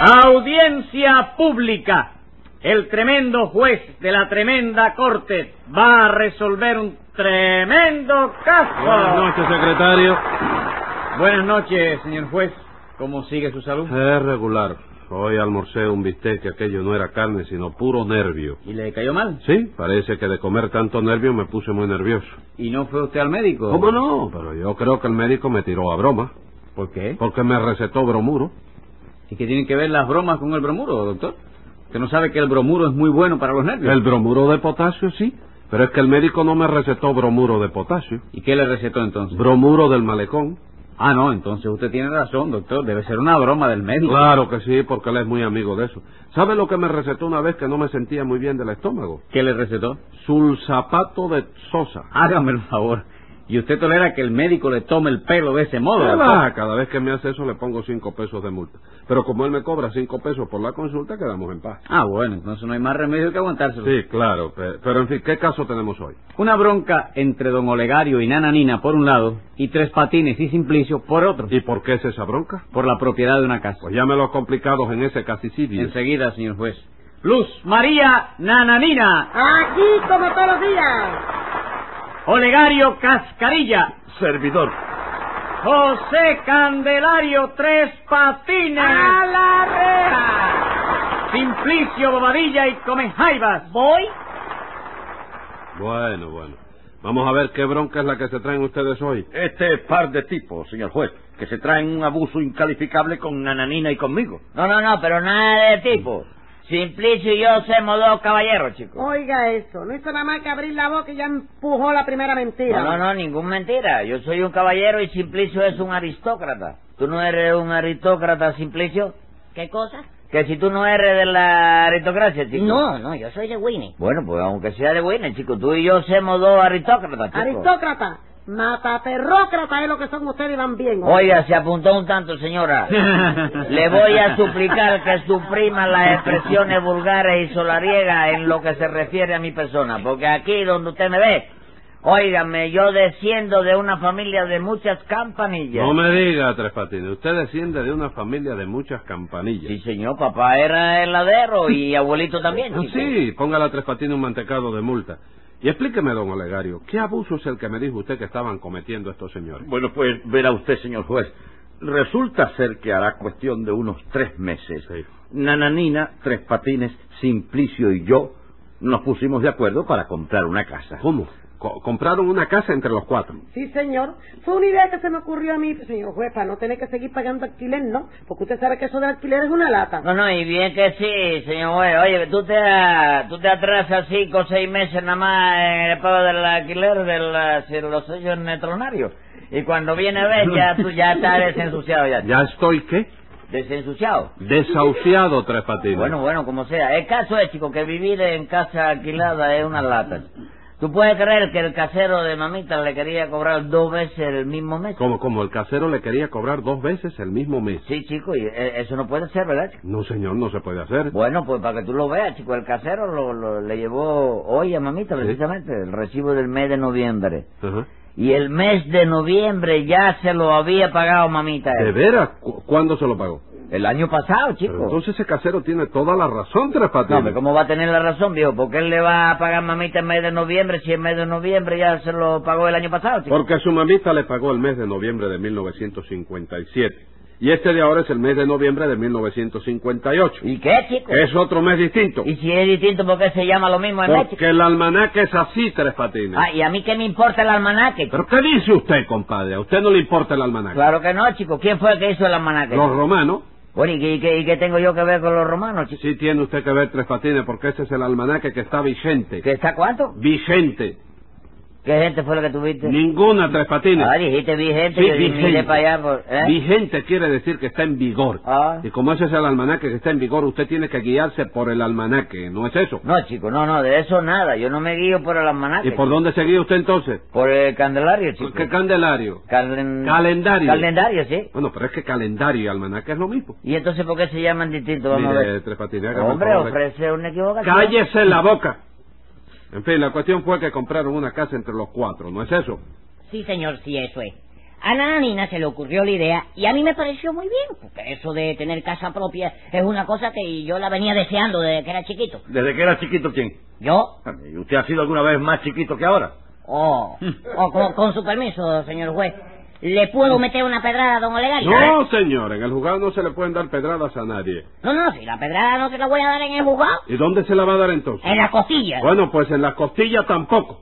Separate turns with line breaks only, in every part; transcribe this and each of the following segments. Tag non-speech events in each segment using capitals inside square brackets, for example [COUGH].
Audiencia pública. El tremendo juez de la tremenda corte va a resolver un tremendo caso.
Buenas noches, secretario.
Buenas noches, señor juez. ¿Cómo sigue su salud?
Es regular. Hoy almorcé un bistec que aquello no era carne, sino puro nervio.
¿Y le cayó mal?
Sí, parece que de comer tanto nervio me puse muy nervioso.
¿Y no fue usted al médico?
¿Cómo no? Pero yo creo que el médico me tiró a broma,
¿Por qué?
porque me recetó bromuro.
¿Y qué tienen que ver las bromas con el bromuro, doctor? ¿Usted no sabe que el bromuro es muy bueno para los nervios?
El bromuro de potasio, sí, pero es que el médico no me recetó bromuro de potasio,
¿Y qué le recetó entonces?
bromuro del malecón.
Ah, no, entonces usted tiene razón, doctor. Debe ser una broma del médico.
Claro que sí, porque él es muy amigo de eso. ¿Sabe lo que me recetó una vez que no me sentía muy bien del estómago?
¿Qué le recetó?
Sulzapato de sosa.
Hágame el favor. ¿Y usted tolera que el médico le tome el pelo de ese modo?
¿Qué
doctor?
va? Cada vez que me hace eso le pongo cinco pesos de multa. Pero como él me cobra cinco pesos por la consulta, quedamos en paz.
Ah, bueno, entonces no hay más remedio que aguantárselo.
Sí, claro. pe- Pero en fin, ¿qué caso tenemos hoy?
Una bronca entre don Olegario y Nananina por un lado y Tres Patines y Simplicio por otro.
¿Y por qué es esa bronca?
Por la propiedad de una casa.
Pues llámelo complicados en ese casicidio.
Enseguida, señor juez. Luz María Nananina.
Aquí como todos los días.
Olegario Cascarilla.
Servidor.
José Candelario Tres Patines.
A la reja.
Simplicio Bobadilla y Comejaivas.
Voy.
Bueno, bueno. Vamos a ver qué bronca es la que se traen ustedes hoy.
Este par de tipos, señor juez, que se traen un abuso incalificable con Nananina y conmigo.
No, no, no, pero nada de tipo. Simplicio y yo somos dos caballeros,
Oh,
chicos.
Oiga eso, no hizo nada más que abrir la boca y ya empujó la primera mentira.
No, no, no, ningún mentira. Yo soy un caballero y Simplicio es un aristócrata. ¿Tú no eres un aristócrata, Simplicio?
¿Qué cosa?
Que si tú no eres de la aristocracia, chico.
No, no, yo soy de Winnie.
Bueno, pues aunque sea de buena, chico, tú y yo somos dos aristócratas, chico.
Aristócrata, mataperrócrata es lo que son ustedes y van bien. oiga.
Oiga, se apuntó un tanto,
[LAUGHS]
señora. Le voy a suplicar que suprima las expresiones vulgares y solariegas en lo que se refiere a mi persona, porque aquí donde usted me ve, óigame, yo desciendo de una familia de muchas campanillas.
No me diga, Tres Patines. Usted desciende de una familia de muchas campanillas.
Sí, señor, papá era heladero y abuelito también.
Ah,
chico.
sí, póngale a Tres Patines un mantecado de multa. Y explíqueme, don Olegario, ¿qué abuso es el que me dijo usted que estaban cometiendo estos señores?
Bueno, pues verá usted, señor juez. Resulta ser que hará cuestión de unos tres meses.
Sí.
Nananina, Tres Patines, Simplicio y yo nos pusimos de acuerdo para comprar una casa.
¿Cómo? Co- compraron una casa entre los cuatro.
Sí, señor. Fue una idea que se me ocurrió a mí, señor juez, para no tener que seguir pagando alquiler, ¿no? Porque usted sabe que eso de alquiler es una lata.
No, no, y bien que sí, señor juez. Oye, tú te, a- tú te atrasas cinco o seis meses nada más en el pago del alquiler de las- de los sellos netronarios. Y cuando viene a ver,
[LAUGHS]
Pues ya tú ya estás desensuciado ya.
¿Ya estoy qué?
Desensuciado.
Desahuciado, Tres Patines.
Bueno, bueno, como sea. El caso es, chico, que vivir en casa alquilada es una lata. ¿Tú puedes creer que el casero de mamita le quería cobrar dos veces el mismo mes?
Como, como el casero le quería cobrar dos veces el mismo mes.
Sí, chico, y eh, eso no puede ser, ¿verdad, chico?
No, señor, no se puede hacer.
Bueno, pues para que tú lo veas, chico, el casero lo, lo- le llevó hoy a mamita precisamente el recibo del mes de noviembre.
Ajá.
Y el mes de noviembre ya se lo había pagado mamita.
¿De veras? ¿Cu- ¿Cuándo se lo pagó?
El año pasado, chico.
Pero entonces ese casero tiene toda la razón, Tres
No,
Patines.
hombre, ¿cómo va a tener la razón, viejo? Porque él le va a pagar mamita el mes de noviembre si el mes de noviembre ya se lo pagó el año pasado, chico.
Porque su mamita le pagó el mes de noviembre de 1957. Y este de ahora es el mes de noviembre de 1958.
¿Y qué, chico?
Es otro mes distinto.
¿Y si es distinto, por qué se llama lo mismo el mes, chico?
Porque el almanaque es así, Tres Patines.
Ah, ¿y a mí qué me importa el almanaque? chico?
¿Pero qué dice usted, compadre? A usted no le importa el almanaque.
Claro que no, chico. ¿Quién fue el que hizo el almanaque?
Los romanos,
Bueno, ¿y qué, y qué- y qué tengo yo que ver con los romanos, chico?
sí tiene usted que ver Tres Patines, porque ese es el almanaque que está vigente.
¿Que está cuánto?
Vigente.
¿Qué gente fue la que tuviste?
Ninguna Tres Patines.
Ah, dijiste vi gente,
Sí,
yo dije,
vigente.
mire para allá, por- ¿eh?
Vigente quiere decir que está en vigor.
Ah.
Y como ese es el almanaque que está en vigor, usted tiene que guiarse por el almanaque, ¿no es eso?
No, chico, no, no, de eso nada. Yo no me guío por el almanaque.
¿Y por dónde se guía usted entonces?
Por el candelario, chico.
¿Qué candelario?
Calen-
Calendario.
Calendario, sí.
Bueno, pero es que calendario y almanaque es lo mismo.
¿Y entonces por qué se llaman distintos? Vamos a
Mire,
ver.
Tres Patines, hágame el
Hombre,
favor de-
ofrece una equivocación.
¡Cállese la boca! En fin, la cuestión fue que compraron una casa entre los cuatro, ¿no es eso?
Sí, señor, sí, eso es. A Nanina se le ocurrió la idea y a mí me pareció muy bien, porque eso de tener casa propia es una cosa que yo la venía deseando desde que era chiquito.
¿Desde que era chiquito quién?
¿Yo?
¿Y usted ha sido alguna vez más chiquito que ahora?
[LAUGHS]
Oh, oh, con, con su permiso, señor juez. ¿Le puedo meter una pedrada a don Olegario?
No, señor, en el juzgado no se le pueden dar pedradas a nadie.
No, no, si la pedrada no se la voy a dar en el juzgado,
¿Y dónde se la va a dar entonces?
en la costilla.
Bueno, pues en la costilla tampoco.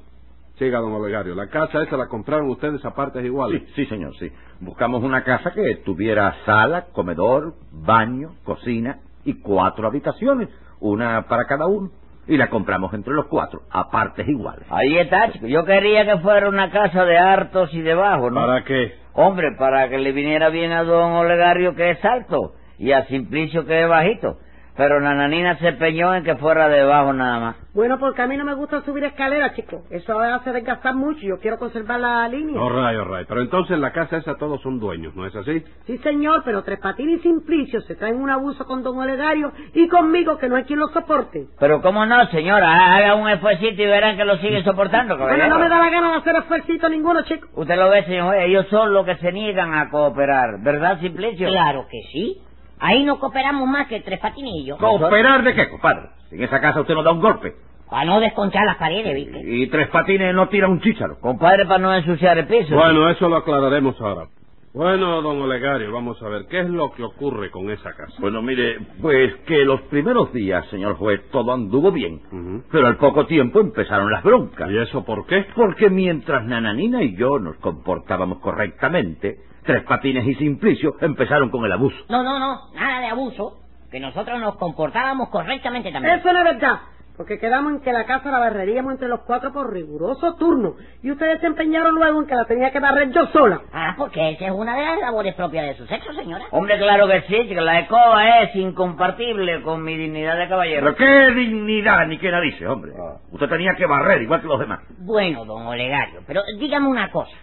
Siga, don Olegario, la casa esa la compraron ustedes a partes iguales.
Sí, sí, señor, sí. Buscamos una casa que tuviera sala, comedor, baño, cocina y cuatro habitaciones, una para cada uno. Y la compramos entre los cuatro, a partes iguales.
Ahí está, chico. Yo quería que fuera una casa de hartos y de bajos, ¿no?
¿Para qué?
Hombre, para que le viniera bien a don Olegario que es alto y a Simplicio que es bajito. Pero Nananina se empeñó en que fuera de bajo nada más.
Bueno, porque a mí no me gusta subir escaleras, chicos. Eso hace desgastar mucho. Yo quiero conservar la línea.
All right, all right. Pero entonces en la casa esa todos son dueños, ¿no es así?
Sí, señor, pero Tres Patines y Simplicio se traen un abuso con don Olegario y conmigo, que no hay quien lo soporte.
Pero cómo no, señora, haga un esfuercito y verán que lo sigue soportando,
Bueno,
caballero.
no me da la gana de hacer esfuercito ninguno, chicos.
Usted lo ve, señor, juez, ellos son los que se niegan a cooperar, ¿verdad, Simplicio?
Claro que sí. Ahí no cooperamos más que Tres Patines y yo.
¿Cooperar de qué, compadre? En esa casa usted nos da un golpe.
Para no desconchar las paredes, ¿viste?
Y tres patines no tira un chícharo.
Compadre, para no ensuciar el piso.
Bueno, eso lo aclararemos ahora. Bueno, don Olegario, vamos a ver, ¿qué es lo que ocurre con esa casa?
Bueno, mire, pues que los primeros días, señor juez, todo anduvo bien.
Ujú.
Pero al poco tiempo empezaron las broncas.
¿Y eso por qué?
Porque mientras Nananina y yo nos comportábamos correctamente, Tres Patines y Simplicio empezaron con el abuso.
No, no, no, nada de abuso. Que nosotros nos comportábamos correctamente también.
Eso no es verdad. Porque quedamos en que la casa la barreríamos entre los cuatro por riguroso turno. Y ustedes se empeñaron luego en que la tenía que barrer yo sola.
Ah, porque esa es una de las labores propias de su sexo, señora.
Hombre, claro que sí, chico, la escoba es incompatible con mi dignidad de caballero.
Pero qué dignidad, ni qué narices, hombre.
Ah.
Usted tenía que barrer igual que los demás.
Bueno, don Olegario, pero dígame una cosa.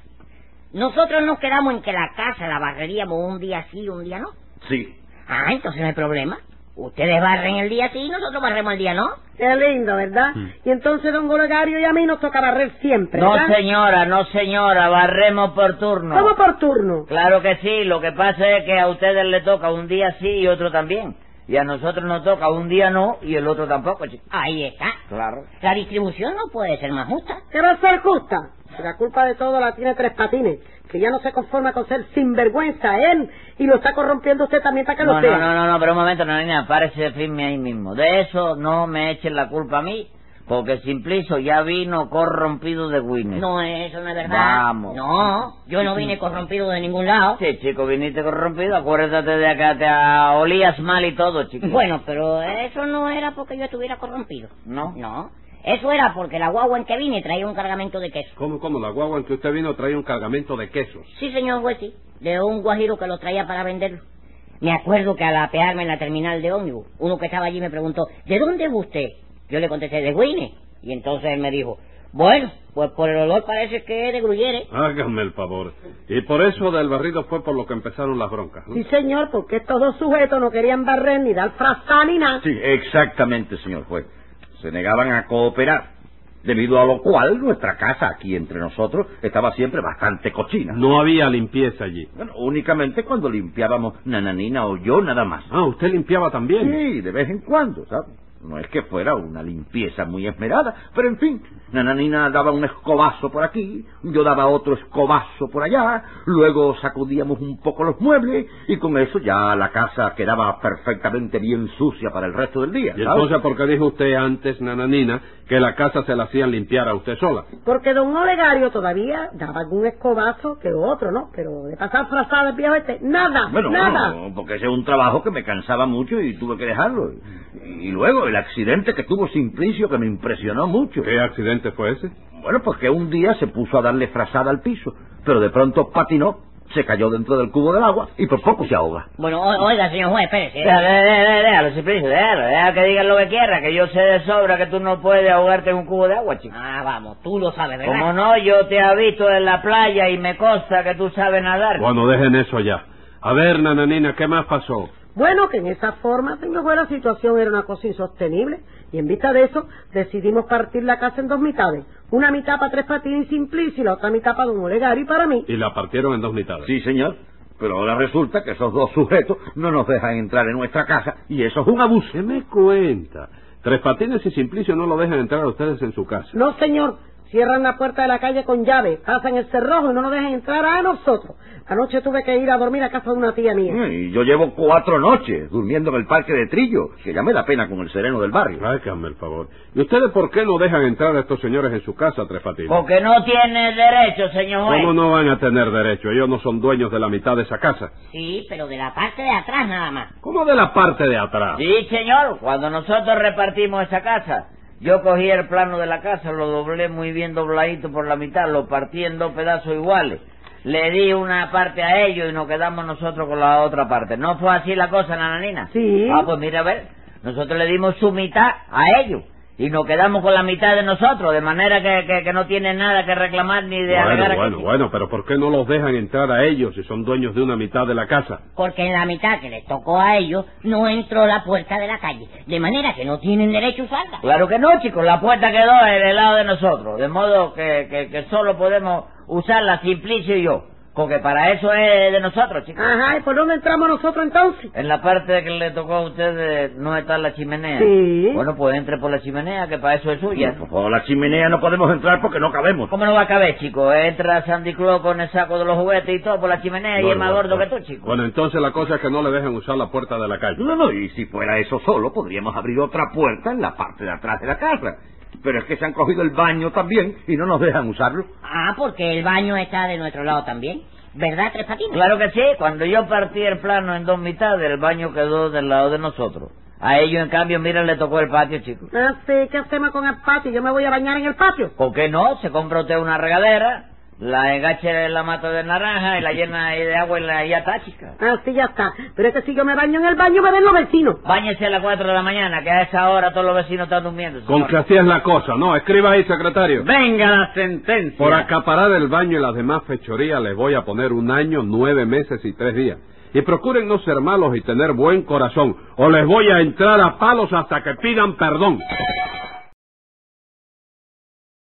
Nosotros nos quedamos en que la casa la barreríamos un día sí y un día no.
Sí.
Ah, entonces no hay problema. Ustedes barren el día sí y nosotros barremos el día no.
Qué lindo, ¿verdad? Y entonces don Olegario y a mí nos toca barrer siempre,
Mm. No,
¿verdad?
señora, no, señora, barremos por turno.
¿Cómo por turno?
Claro que sí, lo que pasa es que a ustedes le toca un día sí y otro también. Y a nosotros nos toca un día no y el otro tampoco, chico.
Ahí está.
Claro.
La distribución no puede ser más justa.
¿Qué va a ser justa? Si La culpa de todo la tiene Tres Patines, que ya no se conforma con ser sinvergüenza él y lo está corrompiendo usted también para que
No,
lo
no,
sea.
no, no, no, pero un momento, Nanina, párese firme ahí mismo. De eso no me echen la culpa a mí, porque Simplicio ya vino corrompido de Winnie.
No, eso no es verdad.
Mm. Vamos.
No, yo no vine corrompido de ningún lado.
Sí, chico, viniste corrompido, acuérdate de que te ah, olías mal y todo, chico.
Bueno, pero eso no era porque yo estuviera corrompido.
¿no?
No, eso era porque la guagua en que vine traía un cargamento de queso.
¿Cómo, cómo? La guagua en que usted vino trae un cargamento de quesos.
Sí, señor juez, sí, de un guajiro que lo traía para venderlo. Me acuerdo que al apearme en la terminal de ómnibus, uno que estaba allí me preguntó, ¿de dónde es usted? Yo le contesté, de Guine. Y entonces él me dijo, bueno, pues por el olor parece que es de Gruyere.
Hágame el favor. Y por eso del barrido fue por lo que empezaron las broncas. ¿no?
Sí, señor, porque estos dos sujetos no querían barrer ni dar frasca ni nada.
Sí, exactamente, señor juez. Se negaban a cooperar. Debido a lo cual, nuestra casa aquí entre nosotros estaba siempre bastante cochina.
No había limpieza allí.
Bueno, únicamente cuando limpiábamos Nananina o yo nada más.
Ah, usted limpiaba también.
Sí, de vez en cuando, ¿sabes? No es que fuera una limpieza muy esmerada, pero en fin, Nananina daba un escobazo por aquí, yo daba otro escobazo por allá, luego sacudíamos un poco los muebles y con eso ya la casa quedaba perfectamente bien sucia para el resto del día.
Y
¿sabes?
entonces, ¿por qué dijo usted antes, nananina, que la casa se la hacían limpiar a usted sola?
Porque don Olegario todavía daba algún escobazo que otro, ¿no? Pero de pasar frasadas viejo este, nada,
Bueno,
nada.
no, porque ese es un trabajo que me cansaba mucho y tuve que dejarlo. Y luego el accidente que tuvo Simplicio que me impresionó mucho.
¿Qué accidente fue ese?
Bueno, pues que un día se puso a darle frazada al piso, pero de pronto patinó, se cayó dentro del cubo del agua y por poco se ahoga.
Bueno, o- oiga, señor
[LAUGHS]
juez, espérese. eh,
Déjalo, déjalo, déjalo, Simplicio, déjalo, déjalo que digan lo que quiera, que yo sé de sobra que tú no puedes ahogarte en un cubo de agua, chico.
Ah, vamos, tú lo sabes, ¿verdad?
Como no, yo te he visto en la playa y me consta que tú sabes nadar.
Bueno, dejen eso ya. A ver, nananina, ¿qué más pasó?
Bueno, que en esa forma, señor juez, la situación era una cosa insostenible y en vista de eso decidimos partir la casa en dos mitades. Una mitad para Tres Patines y Simplicio y la otra mitad para Don Olegario y para mí.
Y la partieron en dos mitades.
Sí, señor. Pero ahora resulta que esos dos sujetos no nos dejan entrar en nuestra casa y eso es un abuso.
Se me cuenta. Tres Patines y Simplicio no lo dejan entrar a ustedes en su casa.
No, señor. Cierran la puerta de la calle con llave, pasan el cerrojo y no nos dejan entrar a nosotros. Anoche tuve que ir a dormir a casa de una tía mía.
Y yo llevo cuatro noches durmiendo en el parque de Trillo, que ya me da pena con el sereno del barrio.
Háganme el favor. ¿Y ustedes por qué no dejan entrar a estos señores en su casa, Tres Patines?
Porque no tiene derecho, señor juez.
¿Cómo no van a tener derecho? Ellos no son dueños de la mitad de esa casa.
Sí, pero de la parte de atrás nada más.
¿Cómo de la parte de atrás?
Sí, señor, cuando nosotros repartimos esa casa, yo cogí el plano de la casa, lo doblé muy bien dobladito por la mitad, lo partí en dos pedazos iguales. Le di una parte a ellos y nos quedamos nosotros con la otra parte. ¿No fue así la cosa, nananina?
Sí.
Ah, pues mira, a ver, nosotros le dimos su mitad a ellos y nos quedamos con la mitad de nosotros, de manera que, que- que no tienen nada que reclamar ni de alegar
Bueno,
a que
bueno,
sí.
bueno, pero ¿por qué no los dejan entrar a ellos si son dueños de una mitad de la casa?
Porque en la mitad que les tocó a ellos no entró la puerta de la calle. De manera que no tienen derecho a usarla.
Claro que no, chicos, la puerta quedó en el lado de nosotros, de modo que, que- que solo podemos usarla Simplicio y yo, porque para eso es de nosotros, chicos.
Ajá, ¿y por dónde entramos nosotros entonces?
En la parte que le tocó a usted de no está la chimenea.
Sí.
Bueno, pues entre por la chimenea, que para eso es suya.
Por favor, la chimenea no podemos entrar porque no cabemos.
¿Cómo no va a caber, chico? Entra Sandy Claus con el saco de los juguetes y todo por la chimenea y es
Bueno,
más gordo
bueno.
que tú, chico.
Bueno, entonces la cosa es que no le dejan usar la puerta de la calle.
No, no, y si fuera eso solo, podríamos abrir otra puerta en la parte de atrás de la casa. Pero es que se han cogido el baño también y no nos dejan usarlo.
Ah, porque el baño está de nuestro lado también. ¿Verdad, Tres Patines?
Claro que sí, cuando yo partí el plano en dos mitades, el baño quedó del lado de nosotros. A ellos, en cambio, mira, le tocó el patio, chico.
Ah, sí, ¿qué hacemos con el patio? Yo me voy a bañar en el patio.
¿Por qué no? Se compra usted una regadera, la engache en la mata de naranja y la llena ahí de agua y la y ya está, chica.
Ah, sí, ya está. Pero es que si yo me baño en el baño, me ven los vecinos.
Báñese a las 4 de la mañana, que a esa hora todos los vecinos están durmiendo.
Con
señor.
que así es la cosa, ¿no? Escriba ahí, secretario.
Venga la sentencia.
Por acaparar el baño y las demás fechorías les voy a poner un año, nueve meses y tres días. Y procuren no ser malos y tener buen corazón, o les voy a entrar a palos hasta que pidan perdón.